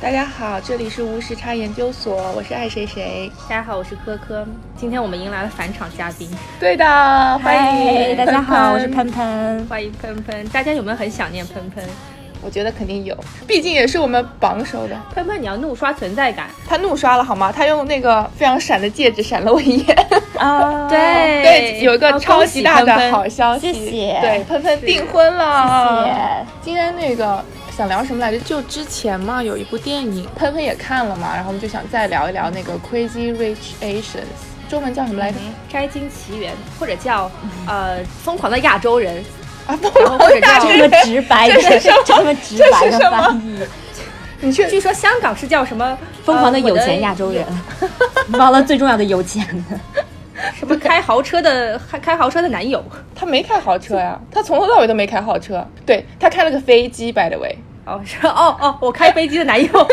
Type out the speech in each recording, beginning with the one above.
大家好，这里是无时差研究所，我是爱谁谁。大家好，我是科科。今天我们迎来了返场嘉宾，对的，欢嗨，迎大家好，我是潘。喷喷。欢迎喷喷。大家有没有很想念喷喷？ 我觉得肯定有，毕竟也是我们榜首的。喷喷，你要怒刷存在感。他怒刷了好吗？他用那个非常闪的戒指闪了我一眼。啊，对对，有一个哦超级大恭喜的喷好喷消息，谢谢对，喷喷是订婚了，谢谢。今天那个想聊什么来着？就之前嘛，有一部电影，喷喷也看了嘛，然后我们就想再聊一聊那个 Crazy Rich Asians，中文叫什么来着？摘金奇缘，或者 叫呃疯狂的亚洲人，啊，不，然后或者叫这么直白这的，是什么这么直白的翻译，你去据说香港是叫什么疯狂的有啊钱亚洲人，忘了最重要的有钱的。呃我的什么开豪车的 开开豪车的男友，他没开豪车呀，他从头到尾都没开豪车，对他开了个飞机，by the way，哦是哦哦，我开飞机的男 友。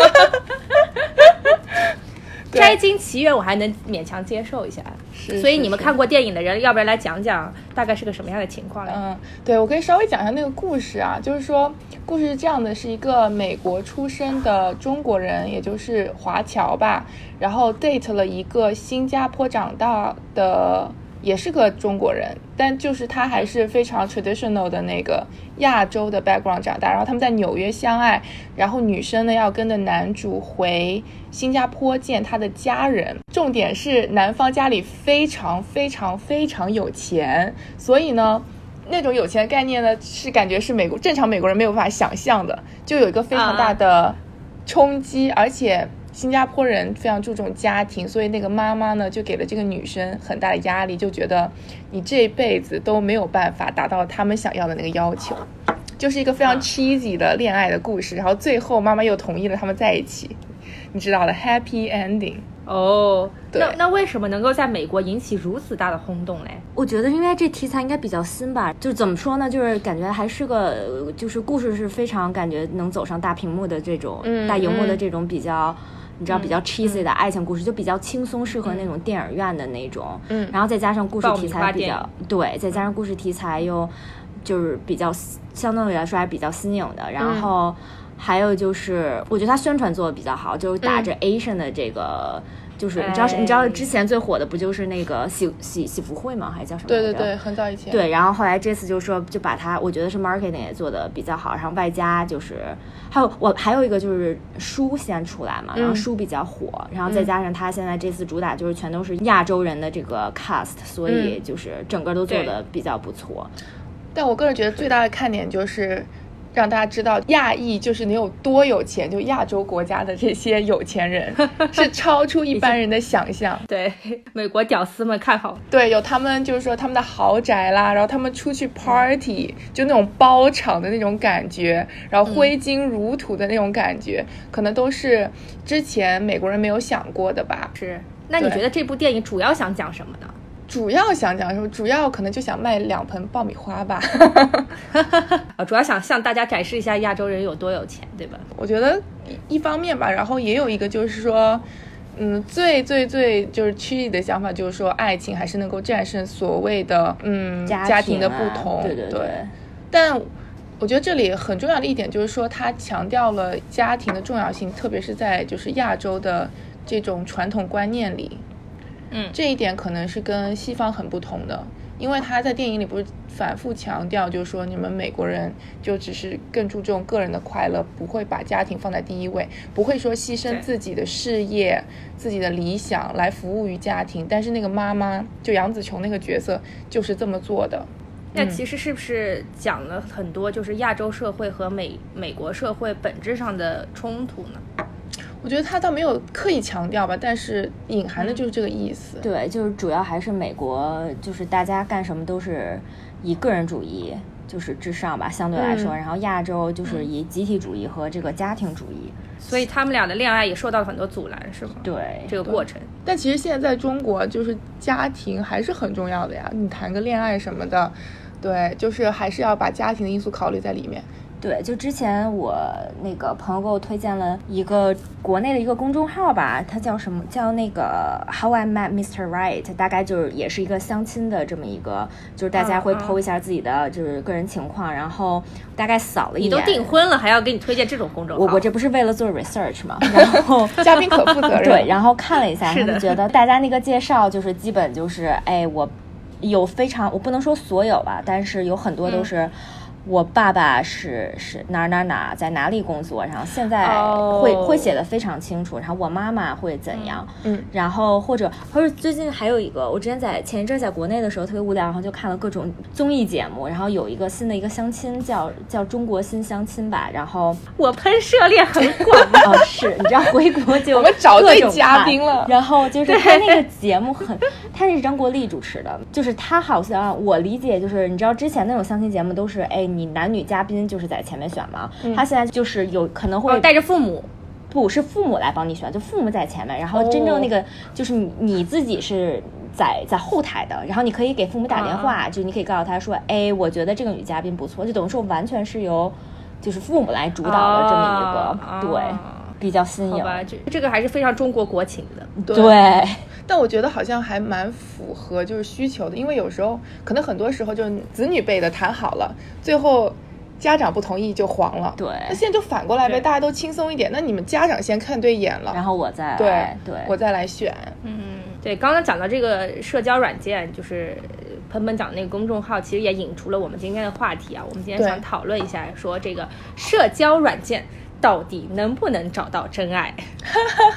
对摘金奇缘我还能勉强接受一下，是所以你们是看过电影的人，要不然来讲讲大概是个什么样的情况来？嗯，对，我可以稍微讲一下那个故事啊，就是说，故事是这样的，是一个美国出生的中国人，也就是华侨吧，然后 date 了一个新加坡长大的，也是个中国人，但就是他还是非常 traditional 的那个亚洲的 background 长大，然后他们在纽约相爱，然后女生呢要跟着男主回新加坡见他的家人，重点是男方家里非常非常非常有钱，所以呢。那种有钱的概念呢，是感觉是美国正常美国人没有办法想象的，就有一个非常大的冲击，而且新加坡人非常注重家庭，所以那个妈妈呢就给了这个女生很大的压力，就觉得你这辈子都没有办法达到他们想要的那个要求，就是一个非常啊 cheesy 的恋爱的故事。然后最后妈妈又同意了他们在一起，你知道的，happy ending。哦，那对那为什么能够在美国引起如此大的轰动嘞？我觉得是因为这题材应该比较新吧，就是怎么说呢，就是感觉还是个，呃就是故事是非常感觉能走上大屏幕的这种、嗯大荧幕的嗯这种比较。你知道比较 cheesy 的爱情故事，就比较轻松，适合那种电影院的那种。嗯然后再加上故事爆米题花材比电较对，再加上故事题材又就是比较相对来说还比较新颖的。然嗯后还有就是，我觉得它宣传做的比较好，就是打嗯着 Asian 的这个，就是你知道是你知道哎之前最火的不就是那个喜喜喜福会吗？还是叫什么？对对对，。很早以前。对，然后后来这次就说，就把它，我觉得是 marketing 也做的比较好，然后外加就是，还有我还有一个就是书先出来嘛，然后嗯书比较火，然后再加上它现在这次主打就是全都是亚洲人的这个嗯 cast，所以就是整个都做对的比较不错。但我个人觉得最大的看点就是让大家知道亚裔就是能有多有钱，就亚洲国家的这些有钱人是超出一般人的想象。对， 美国屌丝们看好，对，有他们就是说他们的豪宅啦，然后他们出去 party 就那种包场的那种感觉，然后挥金如土的那种感觉，可能都是之前美国人没有想过的吧。是。那你对觉得这部电影主要想讲什么呢？主要想讲什么？主要可能就想卖两盆爆米花吧。啊，主要想向大家展示一下亚洲人有多有钱，对吧？我觉得一一方面吧，然后也有一个就是说，嗯，最最最就是曲艺的想法就是说，爱情还是能够战胜所谓的嗯家庭的不啊同，对对对但我觉得这里很重要的一点就是说，它强调了家庭的重要性，特别是在就是亚洲的这种传统观念里，嗯这一点可能是跟西方很不同的，因为他在电影里不是反复强调，就是说你们美国人就只是更注重个人的快乐，不会把家庭放在第一位，不会说牺牲对自己的事业、自己的理想来服务于家庭。但是那个妈妈，就杨紫琼那个角色，就是这么做的。嗯那其实是不是讲了很多就是亚洲社会和美美国社会本质上的冲突呢？我觉得他倒没有刻意强调吧，但是隐含的就是这个意思。嗯对，就是主要还是美国，就是大家干什么都是以个人主义就是至上吧，相对来说，嗯然后亚洲嗯就是以集体主义和这个家庭主义。所以他们俩的恋爱也受到了很多阻拦，是吗？对，这个过程，但其实现在在中国，就是家庭还是很 重要的呀。你谈个恋爱什么的，对，就是还是要把家庭的因素考虑在里面。对，就之前我那个朋友给我推荐了一个国内的一个公众号吧，它叫什么？叫那个 How I Met Mr. Right，大概就是也是一个相亲的这么一个，就是大家会嗯嗯 PO 一下自己的就是个人情况，然后大概扫了一你眼。都订婚了，还要给你推荐这种公众号？我我这不是为了做 research 吗？ 然后嘉宾可负责任。对，然后看了一下，是他的们觉得大家那个介绍就是基本就是，哎，我有非常，我不能说所有吧，但是有很多嗯都是。我爸爸是是哪儿哪儿哪儿在哪里工作，然后现在哦会、会写的非常清楚，然后我妈妈会怎样，嗯，然后或者或者最近还有一个，我之前在前一阵儿在国内的时候特别无聊，然后就看了各种综艺节目，然后有一个新的一个相亲叫叫中国新相亲吧，然后，我喷射链很广 哦，是，你知道回国就我们找各对种嘉看宾 了然后就是他那个节目很，他是张国立主持的，就是他好像我理解就是，你知道之前那种相亲节目都是，哎，你男女嘉宾就是在前面选嘛，嗯他现在就是有可能会我带着父母。不是父母来帮你选，就父母在前面，然后真哦正那个就是你你自己是在在后台的，然后你可以给父母打电话，就你可以告诉他说，哎，我觉得这个女嘉宾不错，就等于说完全是由就是父母来主导的这么哦一个，哦对，比较新好颖，吧，这这个还是非常中国国情的。对对，但我觉得好像还蛮符合就是需求的，因为有时候可能很多时候就是子女辈的谈好了，最后家长不同意就黄了。对那现在就反过来呗，对大家都轻松一点。那你们家长先看对眼了，然后我再对来对，我再来选。嗯，对，刚刚讲到这个社交软件，就是呃喷喷讲的那个公众号，其实也引出了我们今天的话题啊。我们今天对想讨论一下，说这个社交软件到底能不能找到真爱？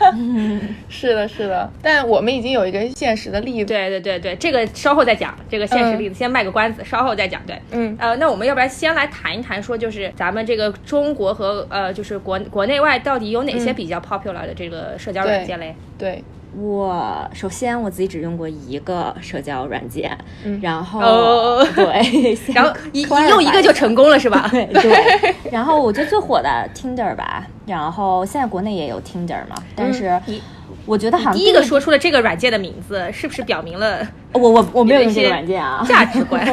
是的，是的。但我们已经有一个现实的例子，对对对对，这个稍后再讲，这个现实嗯例子、先卖个关子，稍后再讲。对，嗯呃，那我们要不然先来谈一谈，说就是咱们这个中国和呃，就是国国内外到底有哪些比较 popular 的这个社交软件嘞？对，我首先我自己只用过一个社交软件，嗯然后、哦对， 然 后先一 clarify 用一 个就成功了是吧？对对，然后我觉得最火的 Tinder 吧，然后现在国内也有 Tinder 嘛，但是嗯你我觉得好像第一个说出了这个软件的名字，是不是表明了我我我没有用这你的一些个软件啊， 价值观？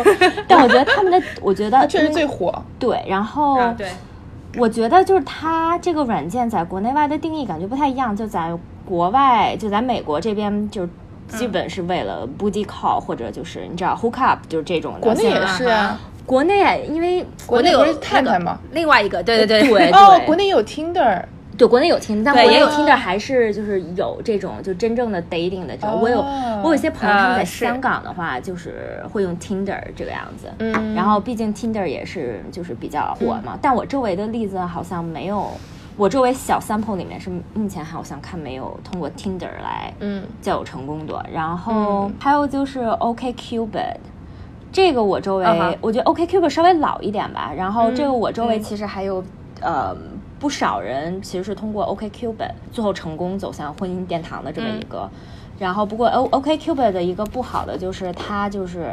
但我觉得他们的，我觉 得它确实因为最火。对，然后啊，对，我觉得就是它这个软件在国内外的定义感觉不太一样，就在国外，就在美国这边嗯就。基本是为了 booty call 或者就是你知道 hook up 就是这种的。国内现也在是啊，国内因为国内内不有是探探吗？另外一个，对对对对哦，国内有 Tinder，对，国内有听，但对国内也有 Tinder 还是就是有这种就真正的 dating 的这种。我有哦我有一些朋友他们在呃是香港的话，就是会用 Tinder 这个样子。嗯然后毕竟 Tinder 也是就是比较火嘛，但我周围的例子好像没有，我周围小 sample 里面是目前好像看没有通过 Tinder 来嗯，交友成功的。然后嗯还有就是 OK Cupid。这个我周围啊哈我觉得 OK Cupid 稍微老一点吧。然后这个嗯我周围嗯其实还有、呃不少人其实是通过 OK Cupid 最后成功走向婚姻殿堂的这么一嗯个。然后不过 O OK Cupid 的一个不好的就是它就是。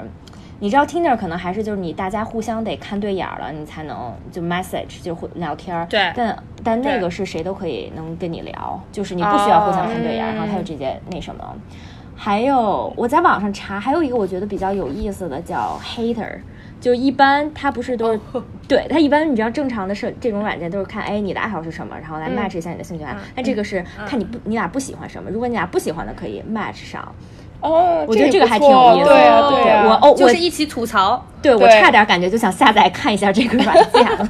你知道 Tinder 可能还是就是你大家互相得看对眼儿了，你才能就 message 就会聊天儿。对但但那对个是谁都可以能跟你聊，就是你不需要互相看对眼儿，哦然后他就嗯直接那什么。还有我在网上查，还有一个我觉得比较有意思的叫 hater，就一般他不是都是，对他一般你知道正常的社这种软件都是看哎你的爱好是什么，然后来嗯 match 一下你的兴趣爱好。那、这个是看你不、你俩不喜欢什么，如果你俩不喜欢的可以 match 上。哦，我觉得这个还挺不错有意思的 对啊，对啊，我哦就是一起吐槽。对我对差点感觉就想下载看一下这个软件了。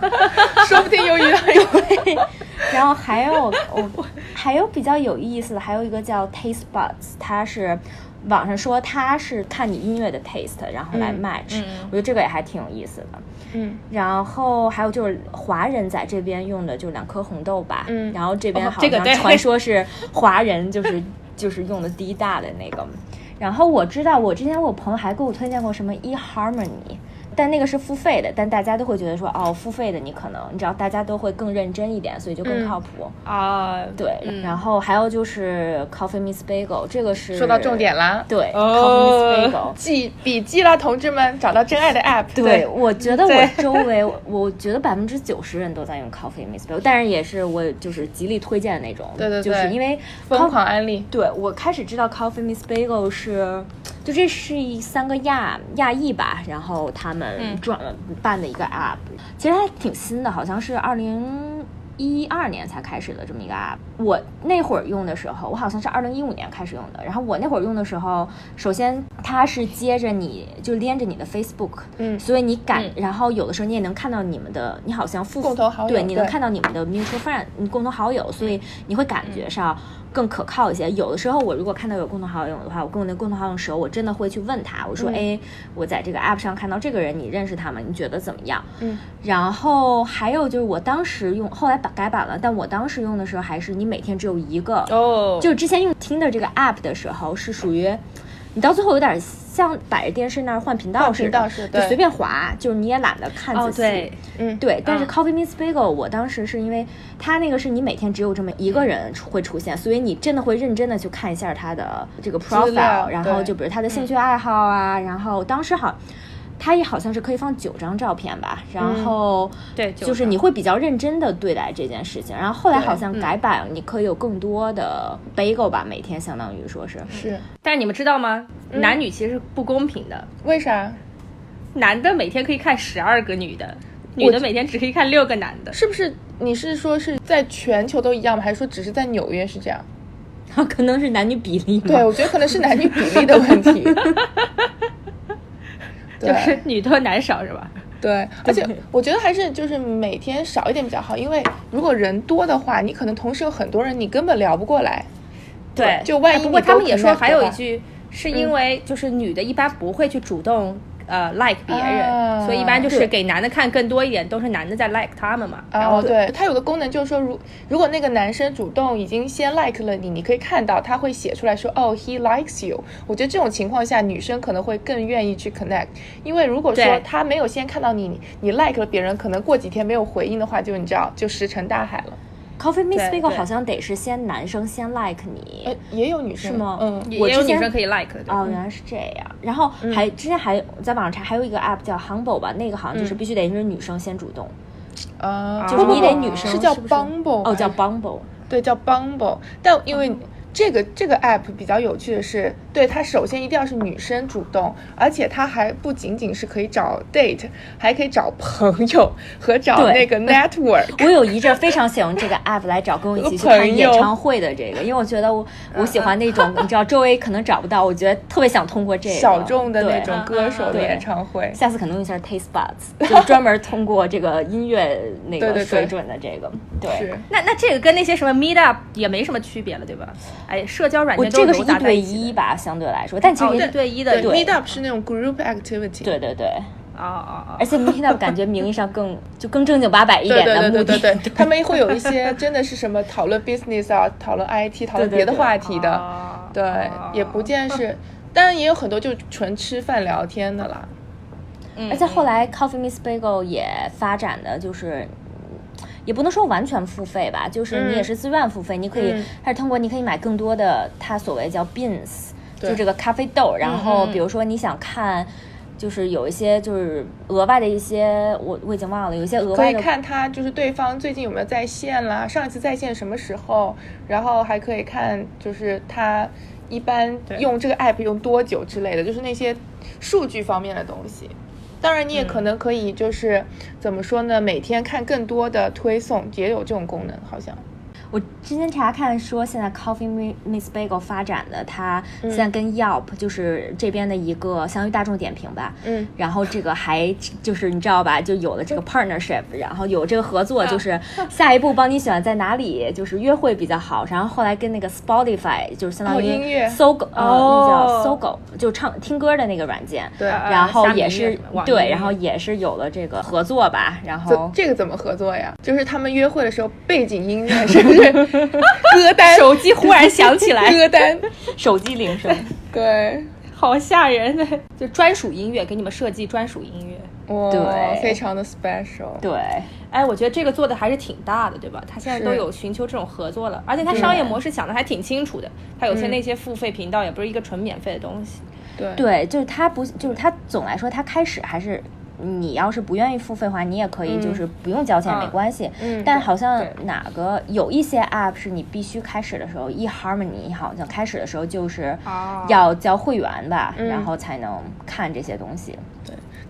说不定又遇到一个 然后还有我还有比较有意思的，还有一个叫 Taste Buds，它是网上说它是看你音乐的 taste，然后来嗯 match，、嗯嗯我觉得这个也还挺有意思的。嗯，然后还有就是华人在这边用的就两颗红豆吧，嗯然后这边哦好这个像对传说是华人就是就是用的第一大的那个。然后我知道我之前我朋友还给我推荐过什么 eHarmony，但那个是付费的，但大家都会觉得说哦，付费的你可能你知道大家都会更认真一点，所以就更嗯靠谱。啊，对，嗯然后还有就是 Coffee Miss Bagel，这个是说到重点啦，对、哦 Coffee Miss Bagel，记笔记啦，同志们，找到真爱的 app。对，我觉得对 我周围，我觉得百分之九十人都在用 Coffee Miss Bill，但是也是我就是极力推荐的那种，对对对就是因为疯 Coffee- 狂安利。对我开始知道 Coffee Miss Bagel 是就这是一三个亚亚裔吧，然后他们嗯转、办的一个 app，其实还挺新的，好像是二零。一二年才开始的这么一个 app，我那会儿用的时候，我好像是二零一五年开始用的。然后我那会儿用的时候，首先它是接着你就连着你的 Facebook，嗯所以你感，嗯然后有的时候你也能看到你们的，你好像附共同好友对，你能对看到你们的 mutual friend，你共同好友，所以你会感嗯觉上更可靠一些。有的时候我如果看到有共同好友的话，我跟我那共同好友熟，我真的会去问他，我说，嗯哎，我在这个 app 上看到这个人，你认识他吗？你觉得怎么样？嗯然后还有就是我当时用，后来把改版了，但我当时用的时候还是你每天只有一个，哦，就是之前用 Tinder 这个 app 的时候是属于，你到最后有点像摆着电视那儿换频道换似频的，道似的就对随便滑，就是你也懒得看哦仔细。对，嗯，对，但是嗯 Coffee Meets Bagel，我当时是因为它那个是你每天只有这么一嗯个人出会出现，所以你真的会认真的去看一下他的这个资 profile，料然后对嗯就比如他的兴趣爱好啊，然后当时好，他也好像是可以放九张照片吧，然嗯后对九就是张你会比较认真的对待这件事情，然后后来好对嗯像改版，你可以有更多的 bagel 吧，每天相当于说是，是但是你们知道吗？男女其实是不公平的，为啥？男的每天可以看十二个女的，女的每天只可以看六个男 的。是不是你是说是在全球都一样吗？还是说只是在纽约是这样？可能是男女比例吧 嗯对，我觉得可能是男女比例的问题。就对是女多男少是吧？对，而且我觉得还是就是每天少一点比较好，因为如果人多的话，你可能同时有很多人，你根本聊不过来。对就万一哎不过你他都们也 connect 说还有的一话嗯句，是因为就是女的一般不会去主动呃 like 别人，啊所以一般就是对给男的看更多一点，都是男的在 like 他们嘛。然哦，后对，它有个功能就是说，如如果那个男生主动已经先 like 了你，你可以看到他会写出来说，哦，he likes you。我觉得这种情况下，女生可能会更愿意去 connect，因为如果说对他没有先看到你，你你 like 了别人，可能过几天没有回应的话，就你知道，就石沉大海了。 ，Coffee Meets 对 Bagel 对好像得是先男生先 like 你，呃，也有女生是吗嗯，也我也有之前女生可以 like 的。呃哦，原来是这样。然后还、之前还我在网上查，还有一个 app 叫 Humble 吧，那个好像嗯就是必须得是女生先主动。啊，就是不你不得不女生是叫是不是 Bumble 哦，叫还是 Bumble，对，叫 Bumble。但因为这个这个 app 比较有趣的是，对它首先一定要是女生主动，而且它还不仅仅是可以找 date，还可以找朋友和找对那个 network。我有一阵儿非常喜欢这个 app 来找跟我一起去看演唱会的这个，因为我觉得我我喜欢那种你知道周围可能找不到，我觉得特别想通过这个嗯小众的那对种歌手的对演唱会，下次可能用一下 Taste Buds，就 专门通过这个音乐那对个对对水准的这个，对是那那这个跟那些什么 meet up 也没什么区别了，对吧？哎，社交软我件都这个是揉一杂在对起一的。吧，相对来说，但其哦，实一也对一的对对，meet up 是那种 group activity。对对对，哦哦而哦，且 Meetup 感觉名义上更就更正经八百一对点的对目对的对， 对对，他们会有一些真的是什么讨论 business 啊，讨论 IT，讨论对对啊别的对话题的，哦对，也不见是，当然也有很多就纯吃饭聊天的啦，嗯而且后来 Coffee Miss Bagel 也发展的就是。也不能说完全付费吧，就是你也嗯是自愿付费，你可以嗯还是通过你可以买更多的它所谓叫 beans，对就这个咖啡豆。然后嗯嗯比如说你想看，就是有一些就是额外的一些，我我已经忘了，有一些额可外以的看他就是对方最近有没有在线啦，上一次在线什么时候，然后还可以看就是他一般对用这个 app 用多久之类的，就是那些数据方面的东西。当然，你也嗯可能可以就是、怎么说呢，每天看更多的推送，也有这种功能，好像。我之前查看说，现在 Coffee Mi- Miss Bagel 发展的，它嗯现在跟 Yelp 就是这边的一个相当于大众点评吧，嗯，然后这个还就是你知道吧，就有了嗯这个 partnership，然后有这个合作，就是下一步帮你选在哪里就是约会比较好，然后后来跟那个 Spotify 就是相当哦音于乐搜狗，呃，那哦叫搜狗，就唱听歌的那个软件，对啊然后虾米也音乐是什么网易音对，乐然后也是有了这个合作吧，然这后这个怎么合作呀？就是他们约会的时候，背景音乐 是不是歌单？手机忽然响起 来，歌单，手机铃声。对，好吓人！就专属音乐，给你们设计专属音乐。哇，对非常的 special。对，哎，我觉得这个做的还是挺大的，对吧？他现在是都有寻求这种合作了，而且他商业模式想的还挺清楚的。他有些那些付费频道也不是一个纯免费的东西。对对，就是它不，就是它总来说，它开始还是你要是不愿意付费的话，你也可以就是不用交钱、啊没关系。嗯但对好像对哪个有一些 app 是你必须开始的时候，eHarmony 好像开始的时候就是哦要交会员吧，嗯然后才能看这些东西。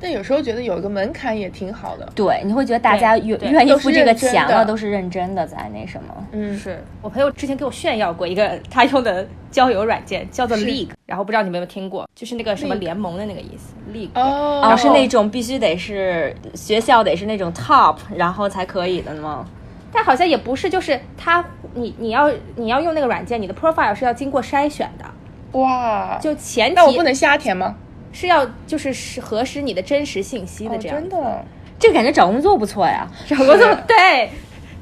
但有时候觉得有一个门槛也挺好的。对，你会觉得大家对愿对愿意都是付这个认真钱的了，都是认真的在那什么。嗯，是我朋友之前给我炫耀过一个 他用的交友软件，叫做是 League，然后不知道你们有没有听过，就是那个什么 League 联盟的那个意思，League。哦，哦，是那种必须得是学校得是那种 top，然后才可以的吗？但好像也不是，就是他你你要你要用那个软件，你的 profile 是要经过筛选的，哇，就前那我不提能瞎填吗？是要就是是核实你的真实信息的哦，这样。真的，这个感觉找工作不错呀。找工作是 嗯对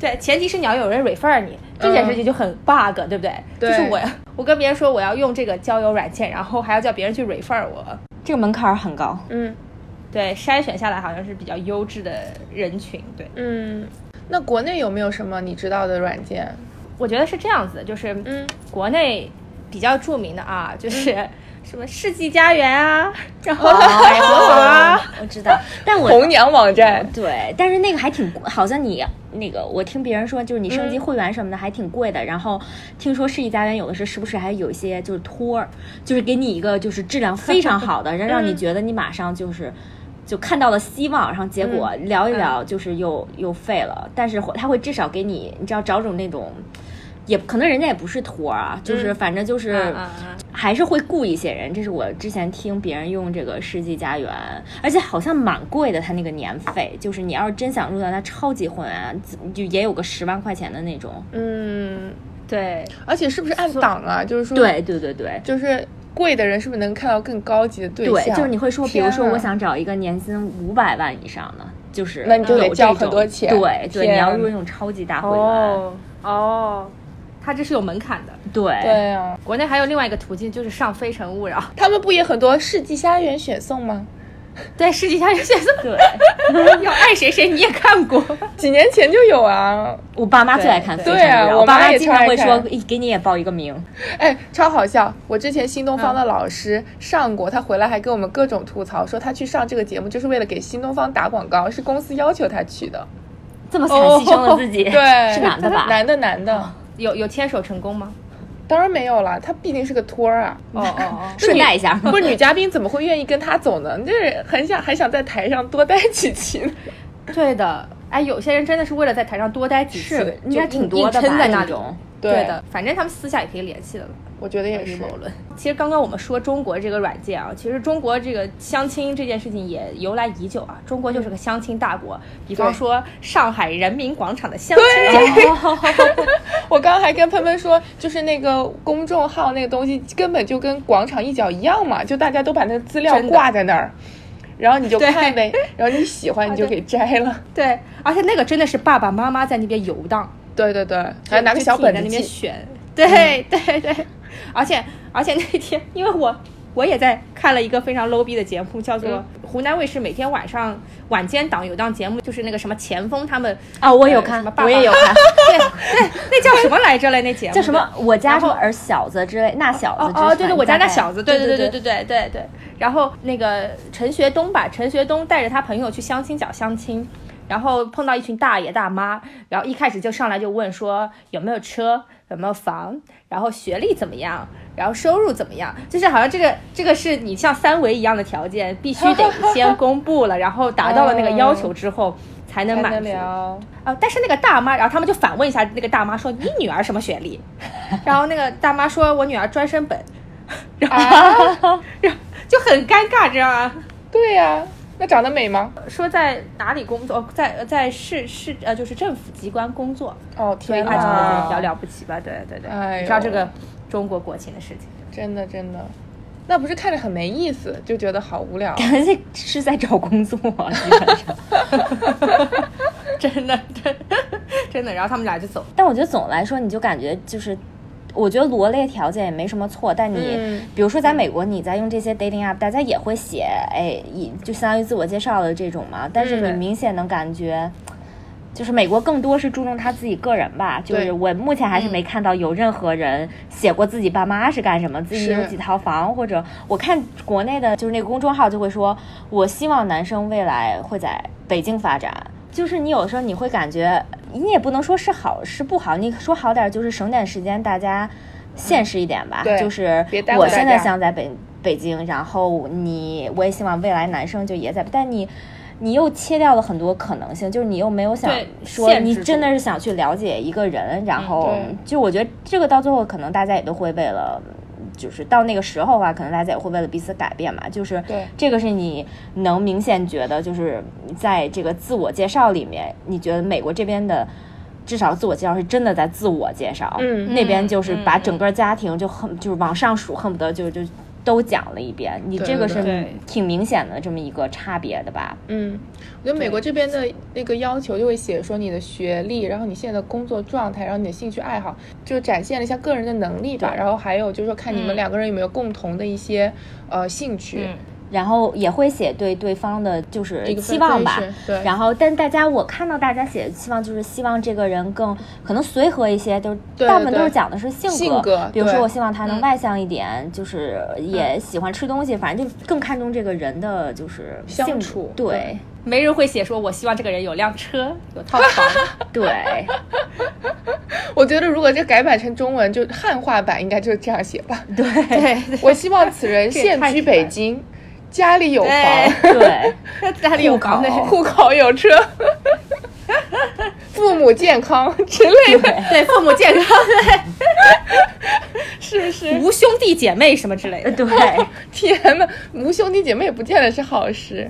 对，前提是你要有人 refer 你，这件事情就很 bug，、对不对？对就是我我跟别人说我要用这个交友软件，然后还要叫别人去 refer 我。这个门槛儿很高，嗯对，筛选下来好像是比较优质的人群。对，嗯。那国内有没有什么你知道的软件？我觉得是这样子的，就是嗯，国内比较著名的啊，就是什么世纪佳缘啊， 然后百哦合网啊， 我知道，但我。红娘网站对，但是那个还挺，贵，好像你那个，我听别人说，就是你升级会员什么的还挺贵的。然后听说世纪佳缘有的是，时不时还有一些就是托儿，就是给你一个就是质量非常好的，让让你觉得你马上就是就看到了希望，然后结果聊一聊就是又、又废了。但是会他会至少给你，你知道找种那种，也可能人家也不是托儿啊，就是反正就是。啊啊还是会雇一些人，这是我之前听别人用这个世纪佳缘，而且好像蛮贵的，他那个年费，就是你要是真想入到他超级会员，就也有个十万块钱的那种。嗯，对，而且是不是按档啊？就是说，，对对对对。就是贵的人是不是能看到更高级的对对，象？就是你会说，比天啊如说我想找一个年薪五百万以上的，就是那你就得有这交很种多钱对对，天你啊要入那种超级大会员，哦哦，它这是有门槛的。对对啊，国内还有另外一个途径，就是上《非诚勿扰》。 他们不也很多世纪佳缘选送吗？对，世纪佳缘选择对， 要爱谁谁，你也看过。几年前就有啊，我爸妈最爱对看非对诚勿扰，啊我我爸妈妈也经超常爱会说看给你也报一个名，哎，超好笑！我之前新东方的老嗯师上过，他回来还跟我们各种吐槽，说他去上这个节目就是为了给新东方打广告，是公司要求他去的。这么惨牺牲了自己，哦 对， 是男的 吧？哦男的，男的，有有牵手成功吗？当然没有啦，他毕竟是个托儿啊，哦哦顺带一下 嘛，不是女嘉宾怎么会愿意跟他走呢？就是很想还想在台上多待几期 呢。哦， 对的。哎，有些人真的是为了在台上多待几次，是应该就挺硬多的硬撑吧在那那里。种对对的，反正他们私下也可以联系的了。我觉得也阴是谋，论。其实刚刚我们说中国这个软件啊，其实中国这个相亲这件事情也由来已久啊。中国就是个相亲大嗯国，比方说上海人民广场的相亲角，我刚刚还跟喷喷说，就是那个公众号那个东西根本就跟广场一角一样嘛，就大家都把那资料真的挂在那儿，然后你就对看呗，然后你喜欢你就给摘了。对，而且那个真的是爸爸妈妈在那边游荡， 对对对，还拿个小本就子嗯自己在那边记。选。对对对，而且而且那天，因为我我也在看了一个非常 low 逼的节目，叫做嗯湖南卫视每天晚上晚间档有档节目，就是那个什么前锋他们，啊，我有呃看什么，爸我爸也有 看，对对，那叫什么来着嘞？那节目叫什么？我家然什后么儿小子之类，那小子哦之哦，对类对，我家大那概小子，对对对对对对对对对。然后那个陈学冬吧，陈学冬带着他朋友去相亲角相亲，然后碰到一群大爷大妈，然后一开始就上来就问说有没有车，有没有房，然后学历怎么样，然后收入怎么样，就是好像这个这个是你像三维一样的条件，必须得先公布了，然后达到了那个要求之后。才能才满能足聊，啊！但是那个大妈，然后他们就反问一下那个大妈说：“你女儿什么学历？” 然后那个大妈说：“我女儿专升本。”然后、然后就很尴尬，知道吗？啊对呀、啊那长得美吗？说在哪里工作？哦在呃在市市呃就是政府机关工作，哦所以天他觉得比较哪，了不起吧？对对对，哎呦你知道这个中国国情的事情。 真的真的，那不是看着很没意思，就觉得好无聊。感觉 是在找工作，基本上。真的，真的真的，然后他们俩就走。但我觉得总的来说，你就感觉就是。我觉得罗列条件也没什么错，但你、嗯比如说在美国，你在用这些 dating app，大家也会写，哎，以就相当于自我介绍的这种嘛。但是嗯你明显能感觉，就是美国更多是注重他自己个人吧，就对嗯是我目前还是没看到有任何人写过自己爸妈是干什么，自己有是几套房，或者我看国内的就是那个公众号就会说，我希望男生未来会在北京发展。就是你有时候你会感觉，你也不能说是好是不好，你说好点儿就是省点时间，大家现实一点吧。对就是别耽误我大现在家想在北北京，然后你我也希望未来男生就也在，但你你又切掉了很多可能性，就是你又没有想对说限制你住真的是想去了解一个人，然后嗯嗯对嗯就我觉得这个到最后可能大家也都会为了。就是到那个时候啊，可能大家也会为了彼此改变嘛。就是对这个是你能明显觉得，就是在这个自我介绍里面，你觉得美国这边的至少自我介绍是真的在自我介绍，嗯那边就是嗯把嗯整个家庭就恨就是往上数，恨不得就就都讲了一遍。你对这个对是对挺明显的这么一个差别的吧？嗯，我觉得美国这边的那个要求就会写说你的学历，然后你现在的工作状态，然后你的兴趣爱好，就展现了一下个人的能力吧。对然后还有就是说看你嗯们两个人有没有共同的一些、呃兴趣。嗯然后也会写对对方的就是一个期望吧 preparation，，对然后但大家我看到大家写的期望就是希望这个人更可能随和一些，就是对大部分对都是讲的是性格，性格比如说对我希望他能嗯外向一点，就是也喜欢吃东西，反正就更看重这个人的就是相性处对没人会写说我希望这个人有辆车，有套 房。对，我觉得如果这改版成中文，就汉化版应该就是这样写吧。 对我希望此人这也现太居直白北了京，家里有房。对，对，家里有房的。户口有车，父母健 康之类的， 对父母健康， 对，是不是无兄弟姐妹什么之类 的？对， 天呐，无兄弟姐妹也不见得是好事。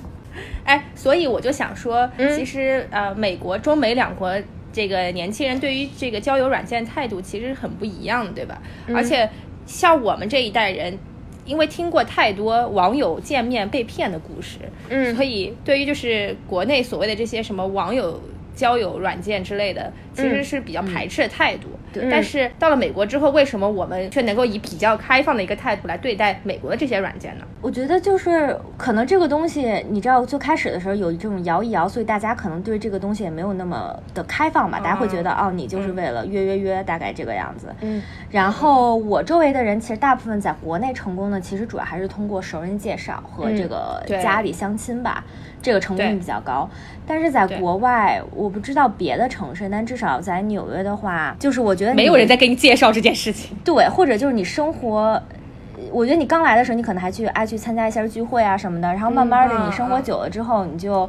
哎，所以我就想说，嗯其实呃，美国、中美两国这个年轻人对于这个交友软件态度其实很不一样的，对吧？而且像我们这一代人。因为听过太多网友见面被骗的故事，嗯所以对于就是国内所谓的这些什么网友交友软件之类的，其实嗯是比较排斥的态度。对但是到了美国之后，为什么我们却能够以比较开放的一个态度来对待美国的这些软件呢？我觉得就是可能这个东西，你知道最开始的时候有这种摇一摇，所以大家可能对这个东西也没有那么的开放吧，大家会觉得嗯哦，你就是为了约约约，大概这个样子。嗯，然后我周围的人其实大部分在国内成功的，其实主要还是通过熟人介绍和嗯这个对家里相亲吧，这个成功率对比较高。但是在对国外，我不知道别的城市，但至少在纽约的话，就是我觉得没有你人在给你介绍这件事情。对，或者就是你生活。我觉得你刚来的时候，你可能还去爱去参加一下聚会啊什么的，然后慢慢的嗯你生活嗯久了之后，你就，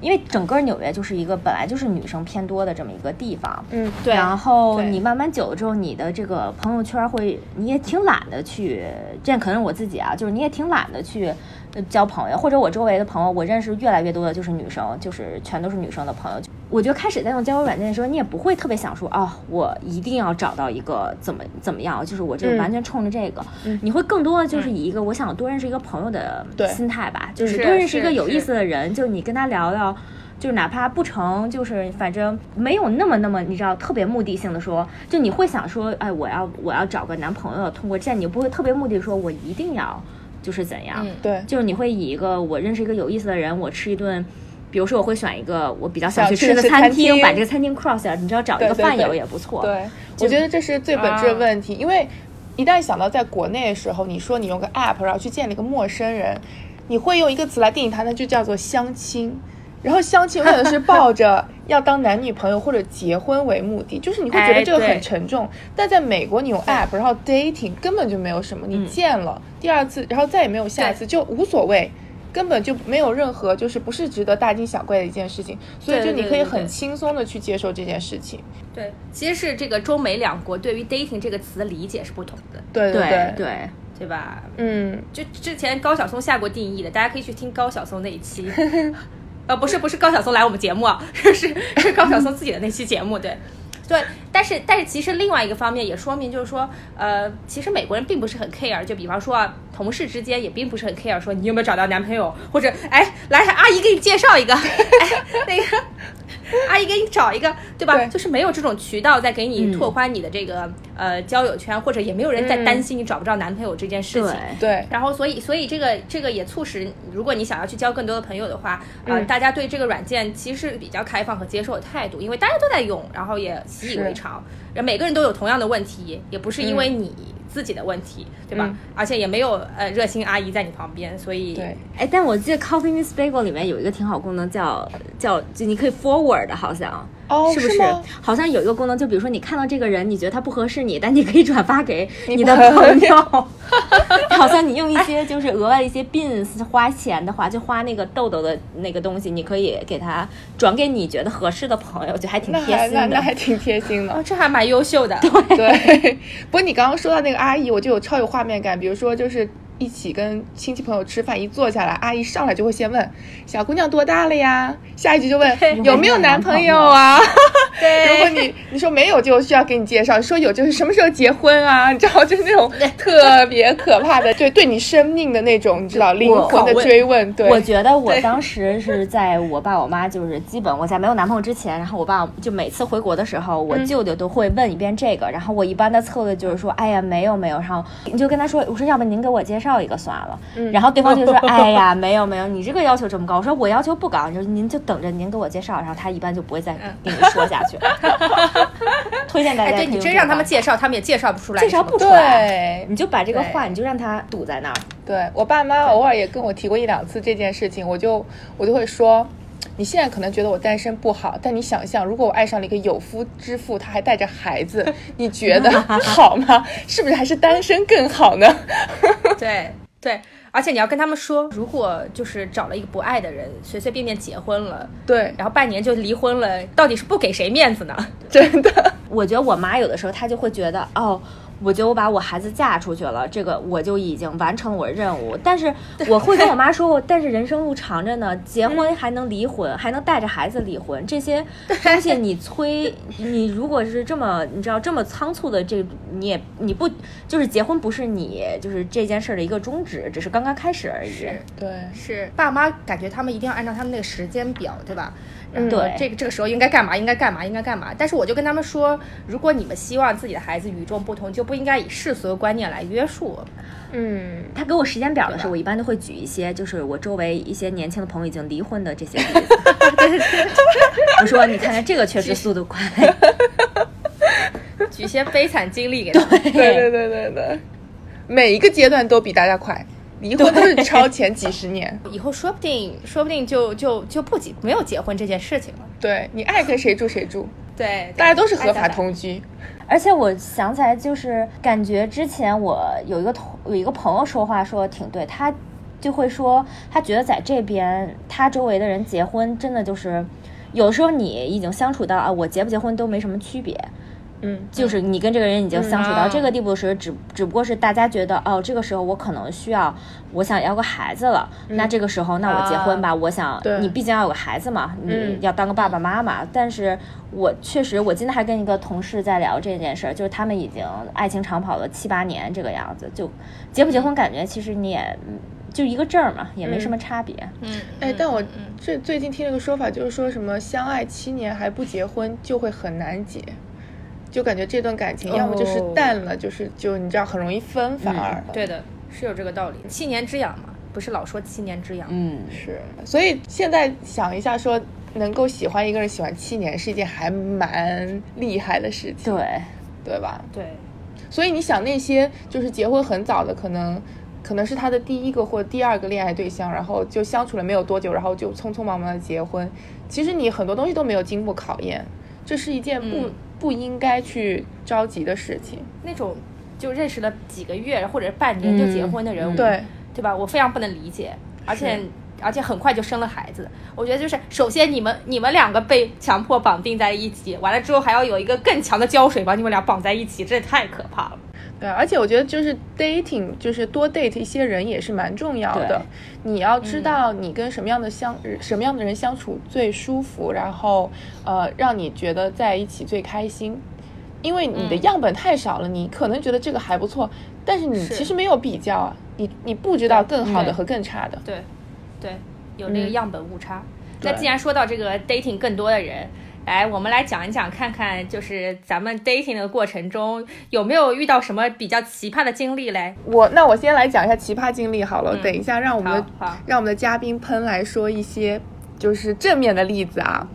因为整个纽约就是一个本来就是女生偏多的这么一个地方，嗯，对然后对你慢慢久了之后，你的这个朋友圈会，你也挺懒得去，这可能是我自己啊，就是你也挺懒得去呃交朋友，或者我周围的朋友，我认识越来越多的就是女生，就是全都是女生的朋友。我觉得开始在用交友软件的时候，你也不会特别想说，哦，我一定要找到一个怎么怎么样，就是我这嗯个完全冲着这个，嗯你会更多的就是以一个我想多认识一个朋友的对心态吧，就是是多认识一是个有意是思的人，就你跟他聊聊。就是哪怕不成，就是反正没有那么那么，你知道特别目的性的说，就你会想说，哎，我要我要找个男朋友，通过这，你不会特别目的地说我一定要就是怎样，嗯对，就是你会以一个我认识一个有意思的人，我吃一顿。比如说，我会选一个我比较想想去去吃的吃餐厅，厅把这个餐厅 cross 掉。你知道，找一对个对饭友对也不错。对，我觉得这是最本质啊的问题，因为一旦想到在国内的时候，你说你用个 app，然后去见了一个陌生人，你会用一个词来定义他，那就叫做相亲。然后相亲为的是抱 着要当男女朋友或者结婚为目的，就是你会觉哎得这个对很沉重。但在美国，你用 app，然后 dating 根本就没有什么，嗯你见了第二次，然后再也没有下一次，就无所谓，根本就没有任何就是不是值得大惊小怪的一件事情。所以对就对你可以对对对很轻松的去接受这件事情。对，其实是这个中美两国对于 dating 这个词的理解是不同的，对对对，对对吧？嗯，就之前高晓松下过定义的，大家可以去听高晓松那一 期。呃，不是不是高晓松来我们节目啊， 是是是高晓松自己的那期节目，对。对，但是但是其实另外一个方面也说明，就是说，呃，其实美国人并不是很 care，就比方说啊，同事之间也并不是很 care，说你有没有找到男朋友，或者哎，来阿姨给你介绍一个，哎，那个阿姨给你找一个，对吧？对就是没有这种渠道再给嗯你拓宽你的这个、呃交友圈，或者也没有人在担心你找不着男朋友这件事情。嗯对对，然后，所以，所以这个这个也促使，如果你想要去交更多的朋友的话，呃，大家对这个软件其实是比较开放和接受的态度，因为大家都在用，然后也习以为常，然后每个人都有同样的问题，也不是因为你自己的问题，对吧？嗯而且也没有呃热心阿姨在你旁边，所以对，哎，但我记得 Coffee Miss Bagel 里面有一个挺好功能叫，叫就你可以 forward，好像。哦，是不是吗？好像有一个功能，就比如说你看到这个人，你觉得他不合适你，但你可以转发给你你的朋友朋友。好像你用一些就是额外一些 bins 花钱的话，就花那个豆豆的那个东西，你可以给他转给你觉得合适的朋友，就还挺那贴还心那那的。还挺贴心 的哦，。这还蛮优秀的。对，不过你刚刚说到那个阿姨，我就有超有画面感。比如说，就是一起跟亲戚朋友吃饭，一坐下来，阿姨上来就会先问小姑娘多大了呀，下一句就问有没有男朋友啊。 如果你你说没有，就需要给你介绍；说有，就是什么时候结婚啊？你 知道，就是那种特别可怕的，对对你生命的那种，你知道灵魂的追问。对，我觉得我对当时是在我爸我妈就是基本我在没有男朋友之前，然后我爸就每次回国的时候，嗯我舅舅都会问一遍这个，然后我一般的策略就是说，哎呀没有没有，然后你就跟他说，我说要不您给我介绍一个算了，嗯然后对方就 说，哎呀没有没有，你这个要求这么高，我说我要求不高，就是您就等着您给我介绍，然后他一般就不会再跟你说下去 了。推荐大嗯哎，家可对以用你这真个让他们方法介绍，他们也介绍不出来。介绍不出来，对，你就把这个对话你就让他堵在那儿。对我爸妈偶尔也跟我提过一两次这件事情，我就我就会说，你现在可能觉得我单身不好，但你想象，如果我爱上了一个有夫之妇，他还带着孩子， 你觉得好吗？是不是还是单身更好呢？对对，而且你要跟他们说，如果就是找了一个不爱的人，随随便便结婚了，对，然后半年就离婚了，到底是不给谁面子呢？真的，我觉得我妈有的时候她就会觉得，哦，我觉得我把我孩子嫁出去了，这个我就已经完成我的任务。但是我会跟我妈说，我但是人生路长着呢，结婚还能离婚， 还能带着孩子离婚，这些东西你催，你如果是这么，你知道这么仓促的这，你也你不就是结婚不是你就是这件事儿的一个终止，只是刚刚开始而已。对，是爸妈感觉他们一定要按照他们那个时间表，对吧？然后对这个这个时候应该干嘛，应该干嘛，应该干嘛。但是我就跟他们说，如果你们希望自己的孩子与众不同，就不应该以世俗的观念来约束我们。嗯，他给我时间表的时候，我一般都会举一些，就是我周围一些年轻的朋友已经离婚的这些例子。我说，你看看这个确实速度快。举一些悲惨经历给他 们。对对对对对，每一个阶段都比大家快，离婚都是超前几十年。以后说不定，说不定就就就不结没有结婚这件事情了。对你爱跟谁住谁住，对，大家都是合法爱咋咋同居。而且我想起来，就是感觉之前我有一个同有一个朋友说话说的挺对，他就会说，他觉得在这边他周围的人结婚真的就是，有的时候你已经相处到啊，我结不结婚都没什么区别。嗯，就是你跟这个人已经相处啊到这个地步时，只只不过是大家觉得哦，这个时候我可能需要，我想要个孩子了。那这个时候，那我结婚吧，我想对你毕竟要有个孩子嘛，嗯你要当个爸爸妈妈。但是我确实，我今天还跟一个同事在聊这件事儿，就是他们已经爱情长跑了七八年这个样子，就结不结婚，感觉其实你也嗯就一个证儿嘛，也没什么差别。嗯，哎，但我嗯最最近听了个说法，就是说什么相爱七年还不结婚，就会很难结，就感觉这段感情要么就是哦嗯淡了，就是就你知道很容易分，反而、对的，是有这个道理。七年之痒嘛，不是老说七年之痒。嗯，是。所以现在想一下说。能够喜欢一个人喜欢七年是一件还蛮厉害的事情，对。对吧？对，所以你想那些就是结婚很早的，可能可能是他的第一个或第二个恋爱对象，然后就相处了没有多久，然后就匆匆忙忙的结婚。其实你很多东西都没有经过考验，这是一件不、嗯不应该去着急的事情。那种就认识了几个月或者半年就结婚的人，嗯对，对吧？我非常不能理解，而且。而且很快就生了孩子，我觉得就是首先你们你们两个被强迫绑定在一起，完了之后还要有一个更强的胶水把你们俩绑在一起，这也太可怕了。对，而且我觉得就是 dating，就是多 date 一些人也是蛮重要的。你要嗯知道你跟什么样的相、什么样的人相处最舒服，然后呃，让你觉得在一起最开心。因为你的嗯样本太少了，你可能觉得这个还不错，但是你是其实没有比较啊，你你不知道对更好的对和更差的。对，对，有那个嗯样本误差。那对既然说到这个 dating 更多的人，来我们来讲一讲看看，就是咱们 dating 的过程中有没有遇到什么比较奇葩的经历嘞？我那我先来讲一下奇葩经历好了，嗯等一下让我们好的好，让我们的嘉宾喷来说一些就是正面的例子啊。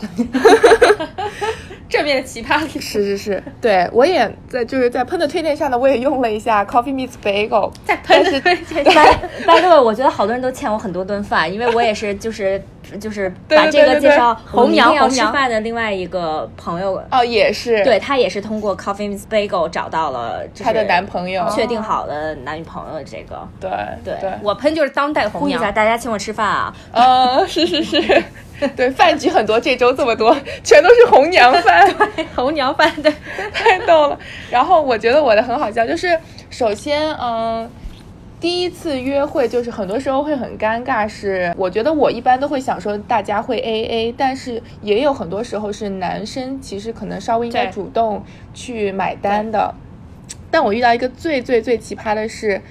正面的奇葩历史是是是，对我也在就是在喷的推荐下呢，我也用了一下 Coffee Meets Bagel，在喷的是推荐下 by by the way，我觉得好多人都欠我很多顿饭，因为我也是就是就是对把对这对个对介对绍弘我们一定扬要弘吃扬饭的另外一个朋友，哦也是对她也是通过 Coffee Miss Bagel 找到了就是她的男朋友，确定好的男女朋友的这个。对对对，我喷就是当代呼红吁一下娘，大家请我吃饭啊！呃是是是， 对饭局很多，这周这么多全都是红娘饭。 红娘饭的。太逗了。然后我觉得我的很好笑，就是首先，嗯。第一次约会就是很多时候会很尴尬是，我觉得我一般都会想说大家会 A A，但是也有很多时候是男生其实可能稍微应该对主动去买单的。但我遇到一个最最最奇葩的是，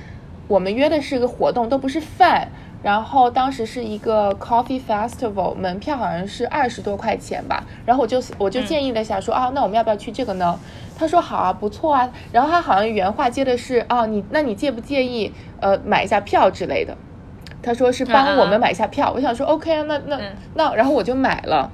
我们约的是个活动，都不是饭。然后当时是一个 coffee festival，门票好像是二十多块钱吧。然后我就我就建议了一下说、啊，那我们要不要去这个呢？他说好啊，不错啊。然后他好像原话接的是啊，你那你介不介意呃买一下票之类的？他说是帮我们买一下票。我想说 OK 啊，那那、嗯那，然后我就买了。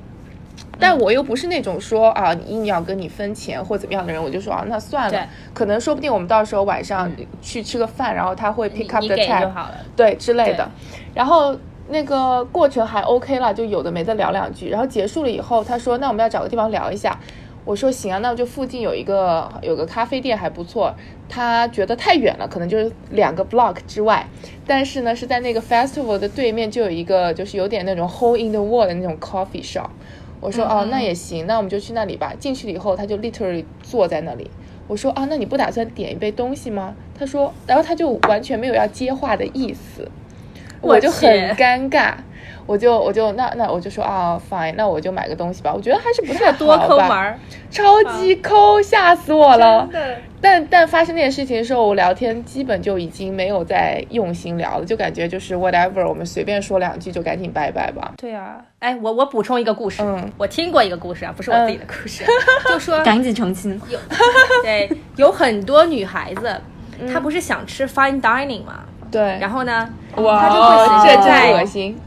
但我又不是那种说啊，你硬要跟你分钱或怎么样的人，我就说啊，那算对嗯了，可能说不定我们到时候晚上去吃个饭，然后他会你 pick up 你 the 给 tab，就好了，对之类对的。然后那个过程还 OK 了，就有的没的聊两句。然后结束了以后，他说那我们要找个地方聊一下。我说行啊，那就附近有一个有个咖啡店还不错。他觉得太远了，可能就是两个 block 之外。但是呢，是在那个 festival 的对面就有一个，就是有点那种 hole in the wall 的那种 coffee shop。我说嗯哦，那也行，那我们就去那里吧。进去了以后，他就 literally 坐在那里。我说啊，那你不打算点一杯东西吗？他说，然后他就完全没有要接话的意思，我我就很去尴尬。我就我就那那我就说啊，fine，那我就买个东西吧。我觉得还是不太这多好抠吧门儿，超级抠，吓死我了。的。但但发生那件事情的时候，我聊天基本就已经没有在用心聊了，就感觉就是 whatever，我们随便说两句就赶紧拜拜吧。对啊，哎，我我补充一个故事，嗯我听过一个故事啊，不是我自己的故事，就说赶紧澄清，有对有很多女孩子，嗯她不是想吃 fine dining 嘛，对，然后呢，嗯哇她就哦，会这选择真在恶心。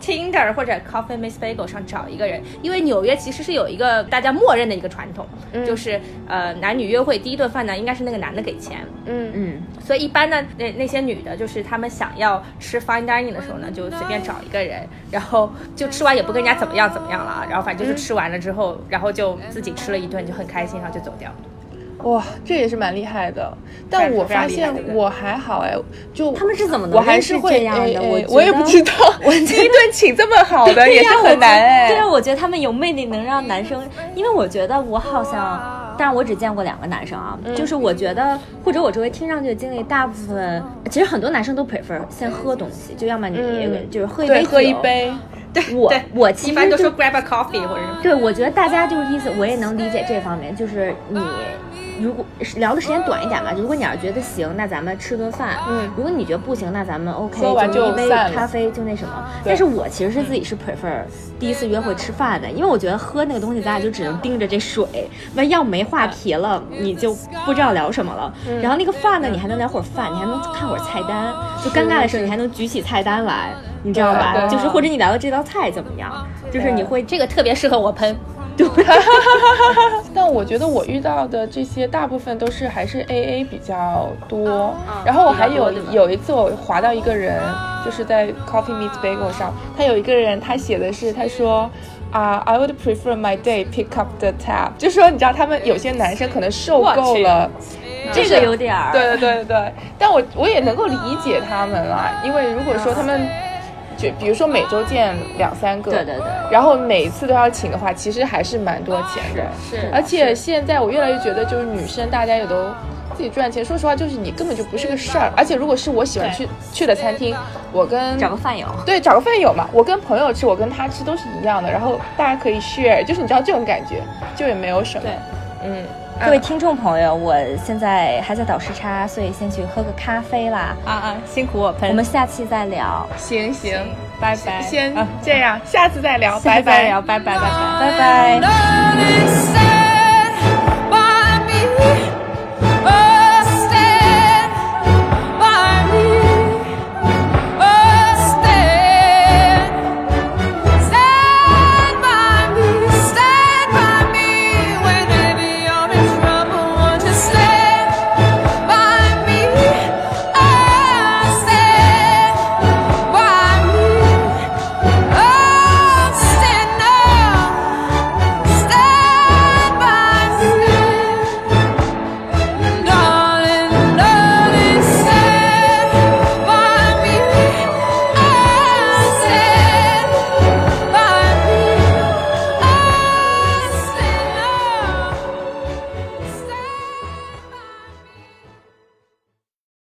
Tinder 或者 Coffee Miss Bagel 上找一个人，因为纽约其实是有一个大家默认的一个传统，嗯就是呃男女约会第一顿饭呢，应该是那个男的给钱，嗯嗯，所以一般呢，那那些女的，就是她们想要吃 fine dining 的时候呢，就随便找一个人，然后就吃完也不跟人家怎么样怎么样了啊，然后反正就是吃完了之后，然后就自己吃了一顿就很开心，然后就走掉了。哇，这也是蛮厉害的。但我发非常厉现害对我还好哎，就他们是怎么能我还是认识会这样的哎哎我觉我得也不知道，我一顿请这么好的对也呀是我觉很得难对哎呀，。我觉得他们有魅力，能让男生，因为我觉得我好像，但我只见过两个男生啊，嗯就是我觉得或者我周围听上去的经历，大部分其实很多男生都 prefer 先喝东西，就要么你、嗯就是喝一杯对，酒喝一，杯，我对我一其般实都就说 grab a coffee 或者什么。对，我觉得大家就是意思，我也能理解这方面，就是你如果是聊的时间短一点吧，如果你要是觉得行，那咱们吃顿饭，嗯如果你觉得不行，那咱们 OK，说完就一就杯散了咖啡就那什么。对但是我其实是自己是 prefer 第一次约会吃饭的，因为我觉得喝那个东西，咱俩就只能盯着这水，万一要没话题了，你就不知道聊什么了。嗯然后那个饭呢，你还能聊会儿饭，你还能看会儿菜单，就尴尬的时候你还能举起菜单来，你知道吧？哦对就是或者你聊聊这道菜怎么样，就是你会这个特别适合我喷， 但我觉得我遇到的这些大部分都是还是 A A 比较多，然后我还有哦比较多对吧有一次我滑到一个人，就是在 Coffee Meets Bagel 上，他有一个人他写的是他说。啊、i would prefer my day pick up the tab。就说你知道，他们有些男生可能受够了，这个有点儿。对对对对。但我我也能够理解他们啦，因为如果说他们就比如说每周见两三个，对对对，然后每一次都要请的话，其实还是蛮多钱的。是而且现在我越来越觉得，就是女生大家也都自己赚钱。说实话，就是你根本就不是个事儿。而且如果是我喜欢对去去的餐厅，我跟找个饭友。对找个饭友嘛，我跟朋友吃，我跟他吃都是一样的。然后大家可以 share，就是你知道这种感觉，就也没有什么对。嗯，各位听众朋友，我现在还在倒时差，所以先去喝个咖啡啦。啊啊，辛苦我喷。我们下期再聊，行行，拜拜。先啊这样，下次再聊，下拜次再拜聊，。拜拜拜拜。拜拜。 Love is sad.